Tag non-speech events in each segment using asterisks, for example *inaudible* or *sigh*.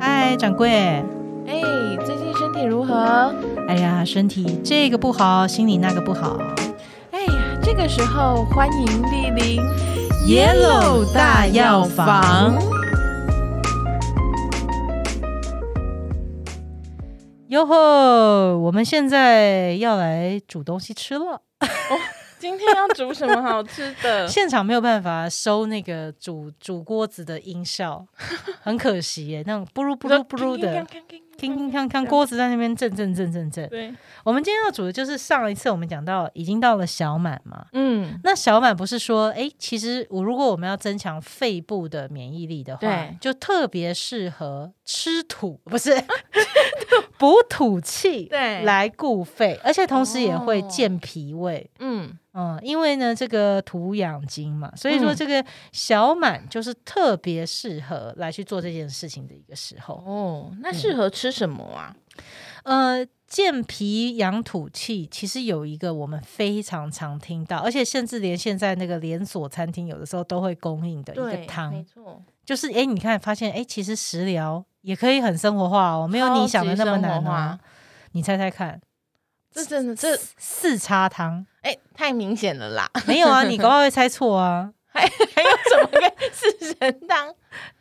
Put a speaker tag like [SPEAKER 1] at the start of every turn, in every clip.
[SPEAKER 1] 嗨，掌柜。
[SPEAKER 2] 哎，最近身体如何？
[SPEAKER 1] 哎呀，身体这个不好，心里那个不好。
[SPEAKER 2] 哎呀，这个时候欢迎莅临
[SPEAKER 1] Yellow 大药房。哟吼，我们现在要来煮东西吃了。
[SPEAKER 2] 今天要煮什么好吃 *laughs* 的？
[SPEAKER 1] 现场没有办法收那个煮煮锅子的音效， *laughs* 很可惜耶。那种不噜不噜不噜
[SPEAKER 2] *laughs*
[SPEAKER 1] 的，
[SPEAKER 2] 叮
[SPEAKER 1] 乒
[SPEAKER 2] 叮
[SPEAKER 1] 乒
[SPEAKER 2] 当
[SPEAKER 1] 乓
[SPEAKER 2] 当
[SPEAKER 1] 乓，锅子在那边震震震震震。
[SPEAKER 2] 对，
[SPEAKER 1] 我们今天要煮的就是上一次我们讲到已经到了小满嘛，
[SPEAKER 2] 嗯，
[SPEAKER 1] 那小满不是说，诶，其实我如果我们要增强肺部的免疫力的话
[SPEAKER 2] 对，
[SPEAKER 1] 就特别适合吃土，不是 *laughs* 补土气，
[SPEAKER 2] 对
[SPEAKER 1] 来固肺，而且同时也会
[SPEAKER 2] 哦
[SPEAKER 1] 健脾胃。
[SPEAKER 2] 嗯，
[SPEAKER 1] 嗯，因为呢，这个土养精嘛，所以说
[SPEAKER 2] 嗯
[SPEAKER 1] 这个小满就是特别适合来去做这件事情的一个时候。
[SPEAKER 2] 哦，那适合吃什么啊？
[SPEAKER 1] 呃，健脾养土气，其实有一个我们非常常听到，而且甚至连现在那个连锁餐厅有的时候都会供应的一个
[SPEAKER 2] 没
[SPEAKER 1] 汤，
[SPEAKER 2] 错，
[SPEAKER 1] 就是诶，你看发现诶，其实食疗也可以很生活化哦，没有
[SPEAKER 2] 超
[SPEAKER 1] 你想的
[SPEAKER 2] 级
[SPEAKER 1] 那么
[SPEAKER 2] 生活
[SPEAKER 1] 难哦
[SPEAKER 2] 化。
[SPEAKER 1] 你猜猜看，
[SPEAKER 2] 这真的这
[SPEAKER 1] 四四叉汤
[SPEAKER 2] 哎太明显了 *laughs* 啦，
[SPEAKER 1] 没有啊？你搞不好会猜错啊，
[SPEAKER 2] 还还有什么跟四神汤、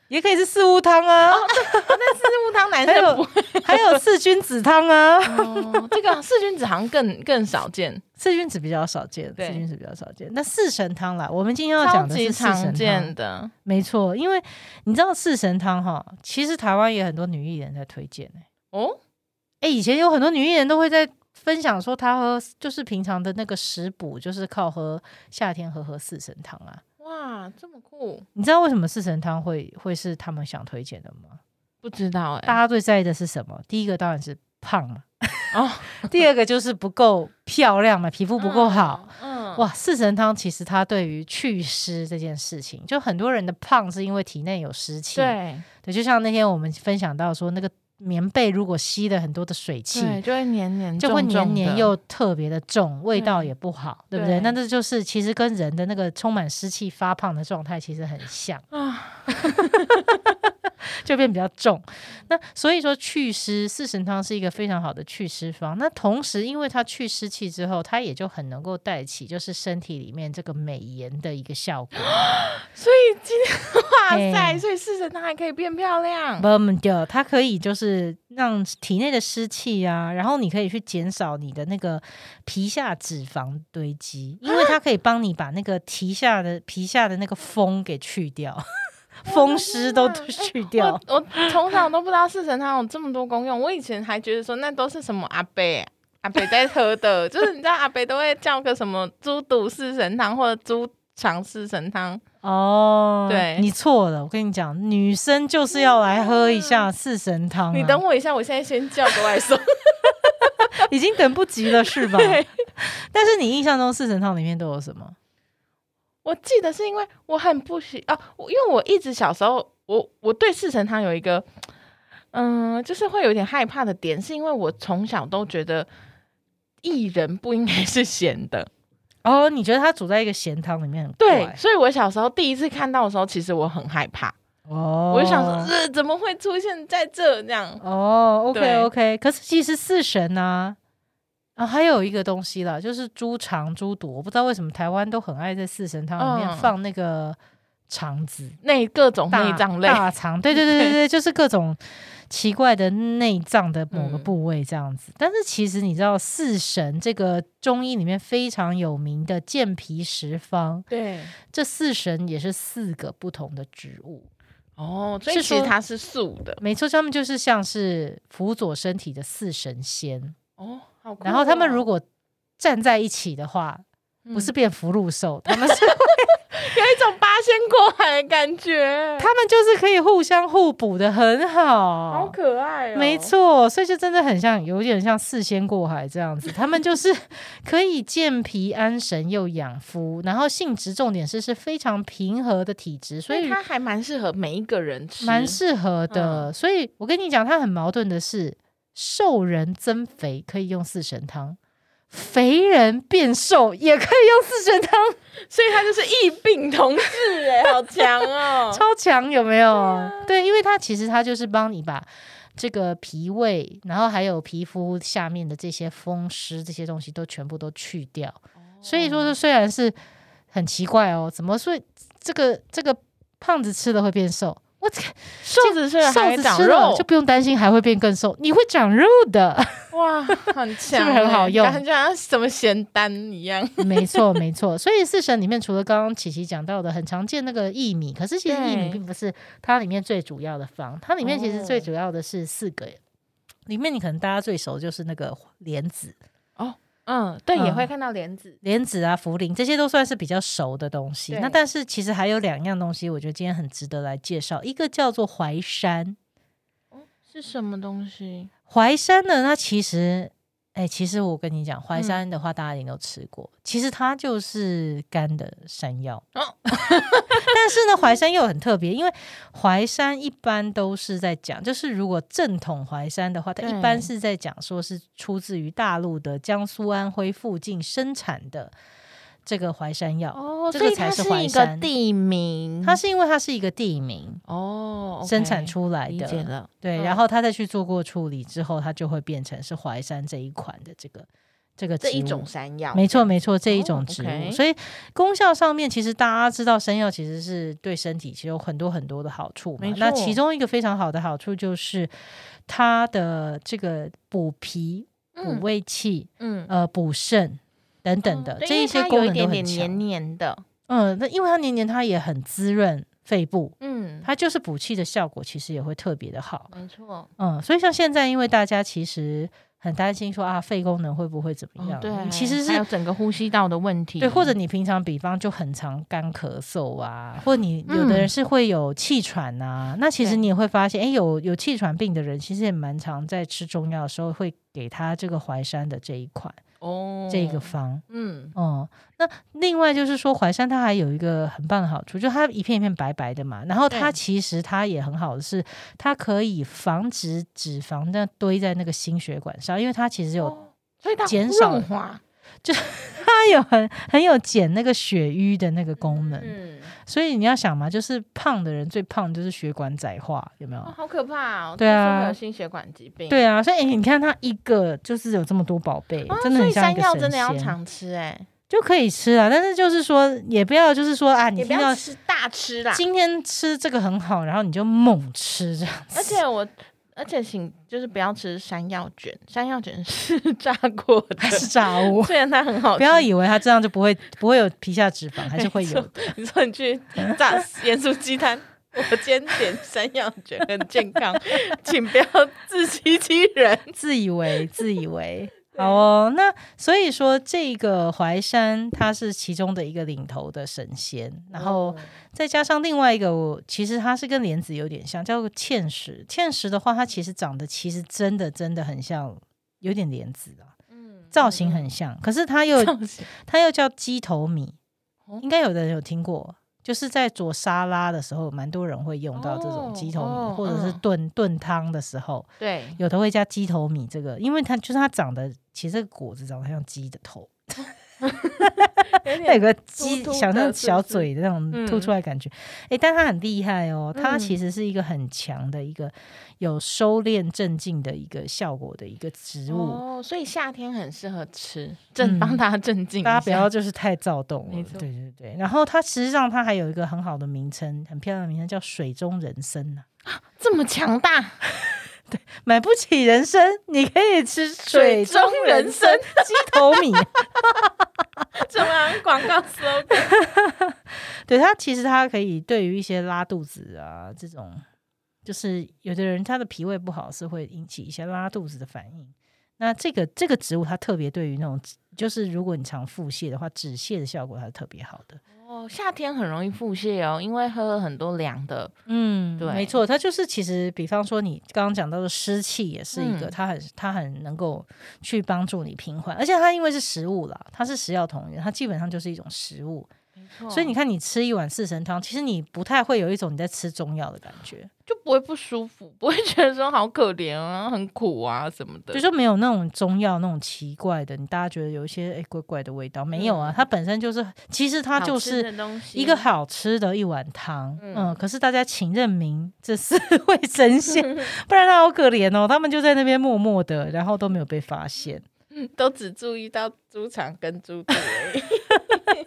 [SPEAKER 1] 也可以是四物汤啊，
[SPEAKER 2] 四物汤
[SPEAKER 1] 还
[SPEAKER 2] 男生
[SPEAKER 1] 有
[SPEAKER 2] 哦哎不
[SPEAKER 1] 还有四君子汤啊。
[SPEAKER 2] 哦，这个四君子好像更更少见，
[SPEAKER 1] 四君子比较少见，
[SPEAKER 2] 对
[SPEAKER 1] 四君子比较少见。那四神汤啦，我们今天要
[SPEAKER 2] 超
[SPEAKER 1] 讲的是
[SPEAKER 2] 级
[SPEAKER 1] 四神汤
[SPEAKER 2] 常见的。
[SPEAKER 1] 没错，因为你知道四神汤哈，其实台湾也很多女艺人在推荐哎、
[SPEAKER 2] 哦，
[SPEAKER 1] 诶以前有很多女艺人都会在分享说，她喝就是平常的那个食补，就是靠喝夏天喝喝四神汤啊。
[SPEAKER 2] 哇，这么酷，
[SPEAKER 1] 你知道为什么四神汤会会是他们想推荐的吗？
[SPEAKER 2] 不知道
[SPEAKER 1] 大
[SPEAKER 2] 哎、
[SPEAKER 1] 家最在意的是什么？第一个当然是胖嘛，
[SPEAKER 2] 哦，
[SPEAKER 1] 第二个就是不够漂亮嘛，皮肤 *laughs* 不够好。，
[SPEAKER 2] 嗯，哇，
[SPEAKER 1] 哇，四神汤其实它对于祛湿这件事情，就很多人的胖是因为体内有湿气，
[SPEAKER 2] 对
[SPEAKER 1] 对，就像那天我们分享到说，那个棉被如果吸了很多的水汽，
[SPEAKER 2] 对，就会黏黏
[SPEAKER 1] 就会
[SPEAKER 2] 重重
[SPEAKER 1] 黏
[SPEAKER 2] 的
[SPEAKER 1] 黏又特别的重，味道
[SPEAKER 2] 对
[SPEAKER 1] 也不好，对不对？
[SPEAKER 2] 对
[SPEAKER 1] 那这就是其实跟人的那个充满湿气发胖的状态其实很像，
[SPEAKER 2] 啊，
[SPEAKER 1] *laughs* 就变比较重。那所以说祛湿四神汤是一个非常好的祛湿方。那同时，因为它去湿气之后，它也就很能够带起就是身体里面这个美颜的一个效果。
[SPEAKER 2] 所以今天 *laughs* 哇
[SPEAKER 1] 嘿
[SPEAKER 2] 塞，所以四神汤还可以变漂亮，
[SPEAKER 1] 不掉，它可以就是让体内的湿气啊，然后你可以去减少你的那个皮下脂肪堆积，因为它可以帮你把那个皮下的皮下的那个风给去掉， *laughs* 风湿都
[SPEAKER 2] 天哪
[SPEAKER 1] 去掉
[SPEAKER 2] 我。我从小都不知道四神汤有这么多功用，我以前还觉得说那都是什么阿伯阿伯在喝的， *laughs* 就是你知道阿伯都会叫个什么猪肚四神汤或者猪肠四神汤，
[SPEAKER 1] *laughs* 哦，
[SPEAKER 2] 对
[SPEAKER 1] 你错了，我跟你讲，女生就是要来喝一下四神汤啊、
[SPEAKER 2] 嗯你等我一下，我现在先叫个
[SPEAKER 1] *laughs*
[SPEAKER 2] 外送。
[SPEAKER 1] 已经等不及了是吧？
[SPEAKER 2] *laughs* 对
[SPEAKER 1] 但是你印象中四神汤里面都有什么？
[SPEAKER 2] 我记得是因为我很不喜啊，我因为我一直小时候，我我对四神汤有一个，嗯、就是会有点害怕的点，是因为我从小都觉得薏仁不应该是咸的，
[SPEAKER 1] 哦，你觉得它煮在一个咸汤里面很
[SPEAKER 2] 对，
[SPEAKER 1] 怪
[SPEAKER 2] 所以我小时候第一次看到的时候，其实我很害怕，
[SPEAKER 1] 哦，
[SPEAKER 2] 我就想说，呃，怎么会出现在这这样？
[SPEAKER 1] 哦，OK
[SPEAKER 2] 对
[SPEAKER 1] OK，可是其实四神呢、啊，还有一个东西啦，就是猪肠、猪肚，我不知道为什么台湾都很爱在四神汤里面
[SPEAKER 2] 嗯
[SPEAKER 1] 放那个肠子、
[SPEAKER 2] 那各种
[SPEAKER 1] 大
[SPEAKER 2] *laughs* 内脏类，
[SPEAKER 1] 大肠，对对对对
[SPEAKER 2] *laughs*
[SPEAKER 1] 对，就是各种奇怪的内脏的某个
[SPEAKER 2] 嗯
[SPEAKER 1] 部位这样子。但是其实你知道，四神这个中医里面非常有名的健脾十方，
[SPEAKER 2] 对，
[SPEAKER 1] 这四神也是四个不同的植物。
[SPEAKER 2] 哦，所以
[SPEAKER 1] 是
[SPEAKER 2] 其实
[SPEAKER 1] 说
[SPEAKER 2] 它是素的，
[SPEAKER 1] 没错，他们就是像是辅佐身体的四神仙。
[SPEAKER 2] 哦，好酷哦、
[SPEAKER 1] 然后他们如果站在一起的话，
[SPEAKER 2] 嗯
[SPEAKER 1] 不是变福禄
[SPEAKER 2] *laughs*
[SPEAKER 1] 寿，他们是
[SPEAKER 2] 有一种八仙过海的感觉，
[SPEAKER 1] 他们就是可以互相互补的很好
[SPEAKER 2] 好。可爱、哦，
[SPEAKER 1] 没错，所以就真的很像，有点像四仙过海这
[SPEAKER 2] *laughs*
[SPEAKER 1] 样子。他们就是可以健脾安神又养肤，然后性质重点是是非常平和的体质，所
[SPEAKER 2] 所以
[SPEAKER 1] 以
[SPEAKER 2] 它嗯还蛮适合每一个人吃，
[SPEAKER 1] 蛮适合的。所以我跟你讲，它很矛盾的是，瘦人增肥可以用四神汤，肥人变瘦也可以用四神汤。
[SPEAKER 2] 所以它就是异病同治哎、好强哦！
[SPEAKER 1] *laughs*
[SPEAKER 2] 啊
[SPEAKER 1] 超强有没有？对，因为它其实它就是帮你把这个脾胃，然后还有皮肤下面的这些风湿这些东西都全部都去掉。
[SPEAKER 2] 哦
[SPEAKER 1] 所以说，这虽然是很奇怪哦，怎么说这个这个胖子吃了会变瘦？我
[SPEAKER 2] 瘦子是
[SPEAKER 1] 瘦
[SPEAKER 2] 还
[SPEAKER 1] 子
[SPEAKER 2] 长
[SPEAKER 1] 吃了
[SPEAKER 2] 肉
[SPEAKER 1] 就，不用担心还会变更瘦，你会长肉的。
[SPEAKER 2] 哇，很
[SPEAKER 1] *laughs*
[SPEAKER 2] 强欸，
[SPEAKER 1] 是不是很好用
[SPEAKER 2] 感觉好像什么仙丹一样。
[SPEAKER 1] 没错，没错。所以四神里面除了刚刚琪琪讲到的很常见那个薏米，可是其实薏米
[SPEAKER 2] 对
[SPEAKER 1] 并不是它里面最主要的方，它里面其实最
[SPEAKER 2] 哦
[SPEAKER 1] 主要的是四个。里面你可能大家最熟就是那个莲子、 *laughs*
[SPEAKER 2] 嗯，对，
[SPEAKER 1] 嗯
[SPEAKER 2] 也会看到莲子。
[SPEAKER 1] 莲子啊、茯苓这些都算是比较熟的东西。
[SPEAKER 2] 对
[SPEAKER 1] 那但是其实还有两样东西，我觉得今天很值得来介绍，一个叫做淮山。
[SPEAKER 2] 是什么东西？
[SPEAKER 1] 淮山呢，它其实，哎、其实我跟你
[SPEAKER 2] 嗯
[SPEAKER 1] 讲，淮山的话，大家一定都吃过。其实它就是干的山药，
[SPEAKER 2] 哦
[SPEAKER 1] *laughs* 但是呢，淮山又很特别，因为淮山一般都是在讲，就是如果正统淮山的话，它
[SPEAKER 2] 对
[SPEAKER 1] 一般是在讲说是出自于大陆的江苏、安徽附近生产的这个淮山药。
[SPEAKER 2] 哦
[SPEAKER 1] 这
[SPEAKER 2] 所
[SPEAKER 1] 个
[SPEAKER 2] 以
[SPEAKER 1] 才
[SPEAKER 2] 它
[SPEAKER 1] 是
[SPEAKER 2] 是
[SPEAKER 1] 淮
[SPEAKER 2] 一个
[SPEAKER 1] 山
[SPEAKER 2] 地名。
[SPEAKER 1] 它是因为它是一个地名
[SPEAKER 2] 哦，OK，
[SPEAKER 1] 生产出来
[SPEAKER 2] 理
[SPEAKER 1] 的，
[SPEAKER 2] 解了。
[SPEAKER 1] 对，
[SPEAKER 2] 嗯
[SPEAKER 1] 然后他再去做过处理之后，它就会变成是淮山这一款的这个这个
[SPEAKER 2] 这
[SPEAKER 1] 植
[SPEAKER 2] 一
[SPEAKER 1] 物
[SPEAKER 2] 种山药，
[SPEAKER 1] 没错，没错，这一
[SPEAKER 2] 哦
[SPEAKER 1] 种植物，
[SPEAKER 2] ，OK
[SPEAKER 1] 所以功效上面，其实大家知道山药其实是对身体其实有很多很多的好处嘛
[SPEAKER 2] 没。
[SPEAKER 1] 那
[SPEAKER 2] 错
[SPEAKER 1] 其中一个非常好的好处就是它的这个补脾、补
[SPEAKER 2] 嗯
[SPEAKER 1] 胃气、
[SPEAKER 2] 嗯，
[SPEAKER 1] 呃补肾等等的、
[SPEAKER 2] 哦对
[SPEAKER 1] 这
[SPEAKER 2] 因为
[SPEAKER 1] 些
[SPEAKER 2] 它
[SPEAKER 1] 功
[SPEAKER 2] 有一
[SPEAKER 1] 能都
[SPEAKER 2] 点
[SPEAKER 1] 很
[SPEAKER 2] 点
[SPEAKER 1] 强。
[SPEAKER 2] 黏黏的。
[SPEAKER 1] 嗯，那因为它年年它也很滋润肺部，
[SPEAKER 2] 嗯，
[SPEAKER 1] 它就是补气的效果其实也会特别的好。
[SPEAKER 2] 没错。
[SPEAKER 1] 嗯，所以像现在，因为大家其实很担心说啊，肺功能会不会怎么样？
[SPEAKER 2] 哦对，
[SPEAKER 1] 嗯其实
[SPEAKER 2] 还
[SPEAKER 1] 是
[SPEAKER 2] 有整个呼吸道的问题。
[SPEAKER 1] 对，或者你平常比方就很常干咳嗽啊，或你有的人
[SPEAKER 2] 嗯
[SPEAKER 1] 是会有气喘啊，那其实
[SPEAKER 2] 对
[SPEAKER 1] 你也会发现，哎，有有气喘病的人其实也蛮常在吃中药的时候会给他这个淮山的这一款、
[SPEAKER 2] 哦
[SPEAKER 1] 这一个方。
[SPEAKER 2] 嗯，
[SPEAKER 1] 哦、那另外就是说，淮山它还有一个很棒的好处，就它一片一片白白的嘛，然后它
[SPEAKER 2] 对
[SPEAKER 1] 其实它也很好的是，它可以防止脂肪的堆在那个心血管上，因为它其实有、
[SPEAKER 2] 哦所以它
[SPEAKER 1] 减少
[SPEAKER 2] 润滑
[SPEAKER 1] 它有很很有减那个血瘀的那个功能，
[SPEAKER 2] 嗯，
[SPEAKER 1] 所以你要想嘛，就是胖的人最胖就是血管窄化，有没有？
[SPEAKER 2] 哦，好可怕哦！
[SPEAKER 1] 对啊
[SPEAKER 2] 这是会有心血管疾病。
[SPEAKER 1] 对啊，所以、哎你看它一个就是有这么多宝贝，
[SPEAKER 2] 啊，
[SPEAKER 1] 真的
[SPEAKER 2] 所
[SPEAKER 1] 很
[SPEAKER 2] 以
[SPEAKER 1] 像一
[SPEAKER 2] 山
[SPEAKER 1] 个
[SPEAKER 2] 药
[SPEAKER 1] 神
[SPEAKER 2] 真的要
[SPEAKER 1] 仙
[SPEAKER 2] 常吃哎，
[SPEAKER 1] 就可以吃啊，但是就是说也不要就是说啊，你
[SPEAKER 2] 也不
[SPEAKER 1] 听到
[SPEAKER 2] 要吃大吃啦。
[SPEAKER 1] 今天吃这个很好，然后你就猛吃这
[SPEAKER 2] *laughs*
[SPEAKER 1] 样子。
[SPEAKER 2] 而且我，而且请就是不要吃山药卷，山药卷是 *laughs* 炸过的，
[SPEAKER 1] 还是炸物，
[SPEAKER 2] 虽然它很好吃。
[SPEAKER 1] 不要以为它这样就不会不会有皮下脂肪，还是会有的。
[SPEAKER 2] 你说你去炸盐酥鸡摊，我今天点山药卷很健康，请不要自欺欺人。
[SPEAKER 1] 自以
[SPEAKER 2] *laughs*
[SPEAKER 1] 为自以为。好哦，那所以说这个淮山它是其中的一个领头的神仙，然后
[SPEAKER 2] 哦
[SPEAKER 1] 再加上另外一个，我其实它是跟莲子有点像，叫做芡实。芡实的话，它其实长得其实真的真的很像，有点莲子啊，
[SPEAKER 2] 嗯，
[SPEAKER 1] 造型很像，可是它又
[SPEAKER 2] 造型
[SPEAKER 1] 它又叫鸡头米
[SPEAKER 2] 哦，
[SPEAKER 1] 应该有的人有听过，就是在做沙拉的时候，蛮多人会用到这种
[SPEAKER 2] 哦
[SPEAKER 1] 鸡头米，
[SPEAKER 2] 哦
[SPEAKER 1] 或者是
[SPEAKER 2] 嗯
[SPEAKER 1] 炖炖汤的时候， *laughs*
[SPEAKER 2] 对，
[SPEAKER 1] 有的会加鸡头米这个，因为它就是它长得，其实这个果子长得像鸡的头，
[SPEAKER 2] 有
[SPEAKER 1] 它有
[SPEAKER 2] 点
[SPEAKER 1] 个鸡
[SPEAKER 2] 凸凸的
[SPEAKER 1] 想像
[SPEAKER 2] 是不是
[SPEAKER 1] 小嘴的那种
[SPEAKER 2] 嗯
[SPEAKER 1] 凸出来的感觉，哎、但它很厉害哦，它
[SPEAKER 2] 嗯
[SPEAKER 1] 其实是一个很强的一个有收敛镇静的一个效果的一个植物。
[SPEAKER 2] 哦，所以夏天很适合吃，镇
[SPEAKER 1] 嗯
[SPEAKER 2] 帮大家镇静一下。
[SPEAKER 1] 大家不要就是太躁动了
[SPEAKER 2] 没，错
[SPEAKER 1] 对对对。然后它实际上它还有一个很好的名称，很漂亮的名称叫水中人参呐、
[SPEAKER 2] 这么强大，
[SPEAKER 1] *laughs* 买不起人参，你可以吃水
[SPEAKER 2] 水
[SPEAKER 1] 中
[SPEAKER 2] 中
[SPEAKER 1] 人
[SPEAKER 2] 人
[SPEAKER 1] 参
[SPEAKER 2] 参
[SPEAKER 1] 鸡头米。
[SPEAKER 2] 这么广告
[SPEAKER 1] 哦
[SPEAKER 2] slogan。
[SPEAKER 1] 对它其实它可以对于一些拉肚子啊这种，就是有的人他的脾胃不好是会引起一些拉肚子的反应。那这个这个植物它特别对于那种就是如果你常腹泻的话，止泻的效果它是特别好的。
[SPEAKER 2] *laughs* 哦，夏天很容易腹泻哦，因为喝了很多凉的。
[SPEAKER 1] 嗯，
[SPEAKER 2] 对
[SPEAKER 1] 没错，它就是其实，比方说你刚刚讲到的湿气，也是一个、
[SPEAKER 2] 嗯
[SPEAKER 1] 它很它很能够去帮助你平缓，而且它因为是食物啦，它是食药同源，它基本上就是一种食物，
[SPEAKER 2] 没错
[SPEAKER 1] 所以你看，你吃一碗四神汤，其实你不太会有一种你在吃中药的感觉，
[SPEAKER 2] 就不会不舒服，不会觉得说好可怜啊，很苦啊什么的。
[SPEAKER 1] 就说没有那种中药那种奇怪的，你大家觉得有一些哎、怪怪的味道，没有啊，
[SPEAKER 2] 嗯
[SPEAKER 1] 它本身就是，其实它就
[SPEAKER 2] 好吃
[SPEAKER 1] 是
[SPEAKER 2] 的东西
[SPEAKER 1] 一个好吃的一碗汤，嗯
[SPEAKER 2] 嗯
[SPEAKER 1] 可是大家请认明这四 *laughs* 位神 *laughs* 仙，不然他好可怜哦，他们就在那边默默的，然后都没有被发现，
[SPEAKER 2] *laughs* 都只注意到猪肠跟猪
[SPEAKER 1] *laughs*
[SPEAKER 2] 肚而已。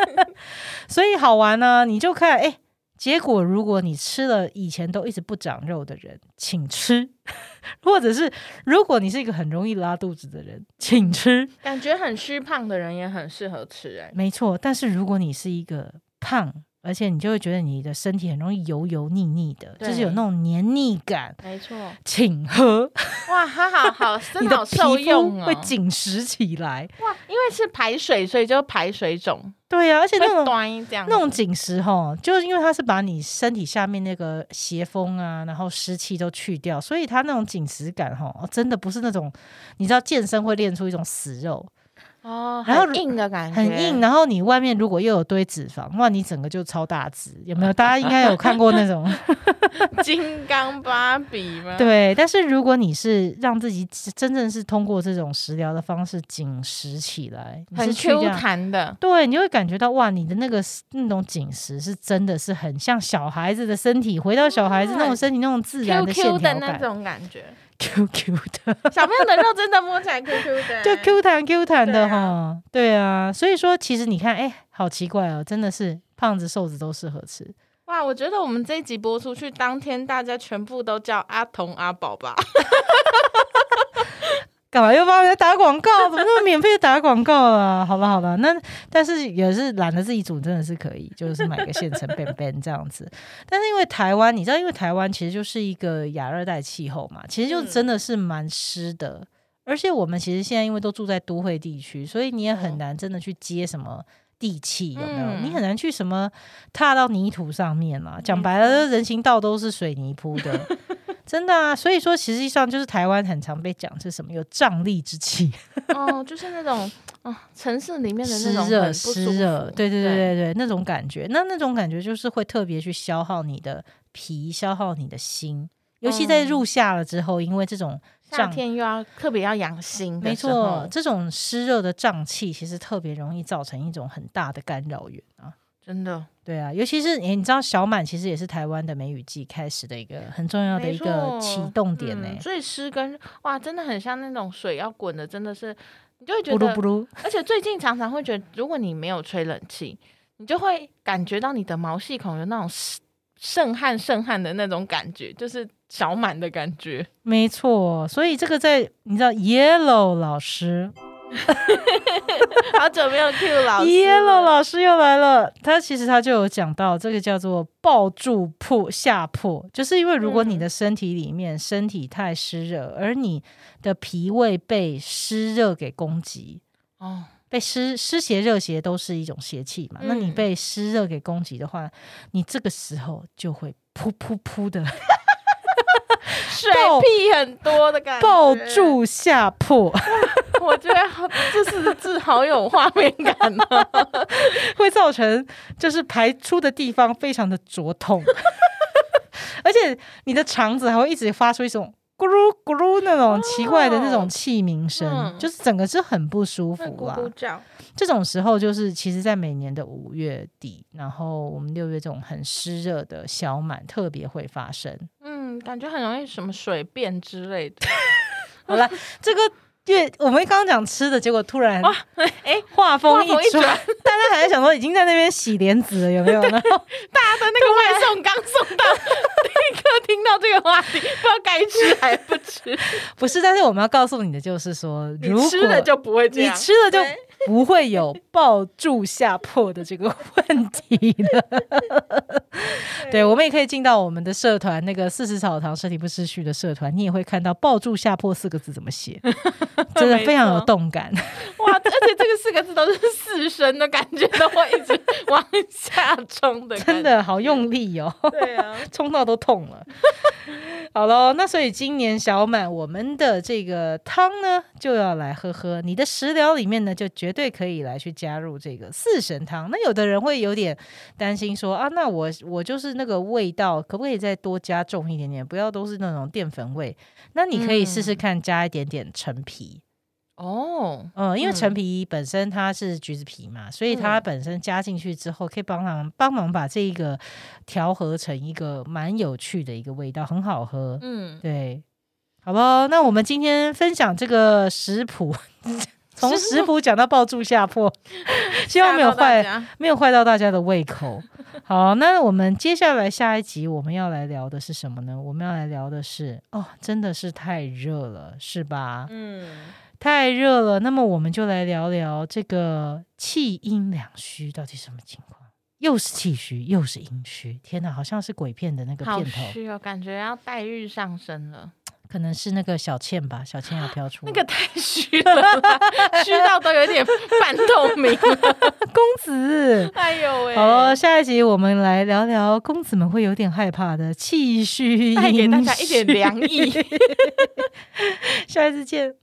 [SPEAKER 1] 所以好玩呢、你就看哎。结果，如果你吃了以前都一直不长肉的人，请吃； *laughs* 或者是如果你是一个很容易拉肚子的人，请吃。
[SPEAKER 2] 感觉很虚胖的人也很适合吃哎、
[SPEAKER 1] 没错，但是如果你是一个胖，而且你就会觉得你的身体很容易油油腻腻的，
[SPEAKER 2] 对
[SPEAKER 1] 就是有那种黏腻感，
[SPEAKER 2] 没错，
[SPEAKER 1] 请喝，
[SPEAKER 2] *laughs* 哇，它好好，真
[SPEAKER 1] 你的
[SPEAKER 2] 的好
[SPEAKER 1] 皮
[SPEAKER 2] 受用
[SPEAKER 1] 肤
[SPEAKER 2] 哦。
[SPEAKER 1] 会紧实起来。
[SPEAKER 2] 哇，因为是排水，所以就排水肿，
[SPEAKER 1] 对啊呀、而且
[SPEAKER 2] 会
[SPEAKER 1] 那种
[SPEAKER 2] 端这样子。
[SPEAKER 1] 那种紧实哈，就是因为它是把你身体下面那个邪风啊，然后湿气都去掉，所以它那种紧实感哈，哦真的不是那种你知道健身会练出一种死肉，
[SPEAKER 2] 哦，
[SPEAKER 1] 然后
[SPEAKER 2] 很硬的感觉，
[SPEAKER 1] 很硬，然后你外面如果又有堆脂肪，哇，你整个就超大只，有没有？大家应该有看过那
[SPEAKER 2] *laughs*
[SPEAKER 1] 种。
[SPEAKER 2] 金刚芭比吗？，
[SPEAKER 1] 对，但是如果你是让自己真真正是通过这种食疗的方式紧实起来，你
[SPEAKER 2] 很
[SPEAKER 1] 是去这
[SPEAKER 2] Q
[SPEAKER 1] 样，
[SPEAKER 2] 弹的。
[SPEAKER 1] 对，你就会感觉到哇，你的那个那种紧实是真的是很像小孩子的身体，回到小孩子那种
[SPEAKER 2] 哇
[SPEAKER 1] 身体那种自然
[SPEAKER 2] Q
[SPEAKER 1] 的线
[SPEAKER 2] Q 的
[SPEAKER 1] 条
[SPEAKER 2] 那
[SPEAKER 1] 感
[SPEAKER 2] 种感觉，
[SPEAKER 1] *laughs* ，Q Q 的，
[SPEAKER 2] 小朋友的肉真的摸起来 Q *laughs* Q 的，欸
[SPEAKER 1] 就 Q 弹 Q 弹的
[SPEAKER 2] 对啊
[SPEAKER 1] 哈，对啊，所以说其实你看，哎，好奇怪哦，真的是胖子瘦子都适合吃，
[SPEAKER 2] 哇！我觉得我们这一集播出去当天，大家全部都叫阿童阿宝吧。
[SPEAKER 1] 干嘛又帮人家打广告？怎么那么免费打广告啊？好了好了，那但是也是懒得自己煮，真的是可以，就是买个现成便便这样子。但是因为台湾，你知道，因为台湾其实就是一个亚热带气候嘛，其实就
[SPEAKER 2] 嗯
[SPEAKER 1] 真的是蛮湿的。而且我们其实现在因为都住在都会地区，所以你也很
[SPEAKER 2] 哦
[SPEAKER 1] 难真的去接什么。地气有没有？
[SPEAKER 2] 嗯
[SPEAKER 1] 你很难去什么踏到泥土上面嘛。讲白
[SPEAKER 2] 没
[SPEAKER 1] 了，人行道都是水泥铺的， *laughs* 真的啊。所以说，实际上就是台湾很常被讲是什么有瘴气之
[SPEAKER 2] *laughs*
[SPEAKER 1] 气，
[SPEAKER 2] *laughs* 哦，就是那种哦，城市里面的那
[SPEAKER 1] 湿
[SPEAKER 2] 种很
[SPEAKER 1] 热
[SPEAKER 2] 不舒
[SPEAKER 1] 湿热，
[SPEAKER 2] 服
[SPEAKER 1] 对对对对对，那种感觉，那那种感觉就是会特别去消耗你的脾，消耗你的心。尤其在
[SPEAKER 2] 嗯
[SPEAKER 1] 入夏了之后，因为这种
[SPEAKER 2] 夏
[SPEAKER 1] 胀，
[SPEAKER 2] 天又要特别要养心，
[SPEAKER 1] 没错，，这种湿热的胀气，其实特别容易造成一种很大的干扰源啊。
[SPEAKER 2] 真的
[SPEAKER 1] 对啊，尤其是诶你知道小满其实也是台湾的梅雨季开始的一个很重要的
[SPEAKER 2] 没
[SPEAKER 1] 一个
[SPEAKER 2] 错
[SPEAKER 1] 启动点呢、
[SPEAKER 2] 嗯所以湿跟哇，真的很像那种水要滚的，真的是你就会觉
[SPEAKER 1] 不噜
[SPEAKER 2] 得
[SPEAKER 1] 不，噜，
[SPEAKER 2] 而且最近常常会觉得，如果你没有吹冷气，你就会感觉到你的毛细孔有那种湿渗汗渗汗的那种感觉，就是小满的感觉。
[SPEAKER 1] 没错。所以这个在你知道 Yellow 老师
[SPEAKER 2] 好久没有 Q 老师
[SPEAKER 1] Yellow 老师又来了，他其实他就有讲到这个叫做抱住破下破，就是因为如果你
[SPEAKER 2] 嗯
[SPEAKER 1] 的身体里面身体太湿热，而你的脾胃被湿热给攻击。
[SPEAKER 2] 哦，
[SPEAKER 1] 被湿湿邪、热邪都是一种邪气嘛，那你
[SPEAKER 2] 嗯
[SPEAKER 1] 被湿热给攻击的话，你这个时候就会噗噗噗的
[SPEAKER 2] 水
[SPEAKER 1] 爆
[SPEAKER 2] 屁很多的感觉，
[SPEAKER 1] 抱住下破，
[SPEAKER 2] 我觉得好这四个字好有画面感啊呢、
[SPEAKER 1] *laughs*
[SPEAKER 2] *laughs*
[SPEAKER 1] 会造成就是排出的地方非常的灼痛， *laughs* 而且你的肠子还会一直发出一种咕噜咕噜那种奇怪的那种气鸣声，
[SPEAKER 2] 哦嗯
[SPEAKER 1] 就是整个是很不舒服啊
[SPEAKER 2] 会咕
[SPEAKER 1] 啦。
[SPEAKER 2] 咕叫，
[SPEAKER 1] 这种时候就是其实，在每年的五月底，然后我们六月这种很湿热的小满特别会发生。
[SPEAKER 2] 嗯，感觉很容易什么水便之类的。
[SPEAKER 1] 好了， *laughs* 这个。月我们刚刚讲吃的，结果突然
[SPEAKER 2] 哇
[SPEAKER 1] *laughs*
[SPEAKER 2] 哎
[SPEAKER 1] 话锋一
[SPEAKER 2] 话锋一
[SPEAKER 1] 转，
[SPEAKER 2] 转
[SPEAKER 1] 大家还在想说已经在那边洗莲子了，有没有？ *laughs* 然后
[SPEAKER 2] 大家的那个外送刚送到， *laughs* 立刻听到这个话题，不知道该吃还不 *laughs* 吃。
[SPEAKER 1] 不是，但是我们要告诉你的就是说，如果
[SPEAKER 2] 你吃了就不会这
[SPEAKER 1] 你
[SPEAKER 2] 样，
[SPEAKER 1] 吃了就
[SPEAKER 2] 对
[SPEAKER 1] 不会
[SPEAKER 2] *laughs*
[SPEAKER 1] 有抱住下破的这个问题了。对，我们也可以进到我们的社团，那个四十草堂身体不失序的社团，你也会看到“抱住下破”四个字怎么
[SPEAKER 2] *laughs*
[SPEAKER 1] 写，真的非常有动感。
[SPEAKER 2] 哇，而且这个四个字都是四声的感觉，都会一直往下冲的，
[SPEAKER 1] 真。的好用力哦，
[SPEAKER 2] 对啊，
[SPEAKER 1] 冲到都痛了。 *laughs* 好喽，那所以今年小满我们的这个汤呢，就要来喝喝。你的食疗里面呢，就绝对可以来去加入这个四神汤。那有的人会有点担心说啊，那我我就是那个味道，可不可以再多加重一点点？不要都是那种淀粉味。那你可以试试看加一点点陈皮。
[SPEAKER 2] 哦，
[SPEAKER 1] 嗯，因为
[SPEAKER 2] 嗯
[SPEAKER 1] 陈皮本身它是橘子皮嘛，所以它
[SPEAKER 2] 嗯
[SPEAKER 1] 本身加进去之后，可以帮忙帮忙把这个调和成一个蛮有趣的一个味道，很好喝。
[SPEAKER 2] 嗯，
[SPEAKER 1] 对，好不好？那我们今天分享这个食谱，从食谱讲到爆住下破， *laughs* 希望没有
[SPEAKER 2] *laughs* 吓到大
[SPEAKER 1] 坏
[SPEAKER 2] 家。
[SPEAKER 1] 没有坏到大家的胃口。好，那我们接下来下一集我们要来聊的是什么呢？我们要来聊的是哦，真的是太热了，是吧？
[SPEAKER 2] 嗯，
[SPEAKER 1] 太热了，那么我们就来聊聊这个气阴两虚到底什么情况？又是气虚，又是阴虚，天哪，好像是鬼片的那个
[SPEAKER 2] 好
[SPEAKER 1] 片头，
[SPEAKER 2] 虚哦，感觉要待遇上升了，
[SPEAKER 1] 可能是那个小倩吧，小
[SPEAKER 2] *laughs*
[SPEAKER 1] 倩要飘出
[SPEAKER 2] 那
[SPEAKER 1] 来
[SPEAKER 2] 个太虚了啦，虚到都有点半透明
[SPEAKER 1] *laughs*
[SPEAKER 2] 了。
[SPEAKER 1] 公子。
[SPEAKER 2] 哎呦喂，
[SPEAKER 1] 好了，下一集我们来聊聊公子们会有点害怕的气虚，
[SPEAKER 2] 带给大家一点凉。意。
[SPEAKER 1] *laughs* 下一次见，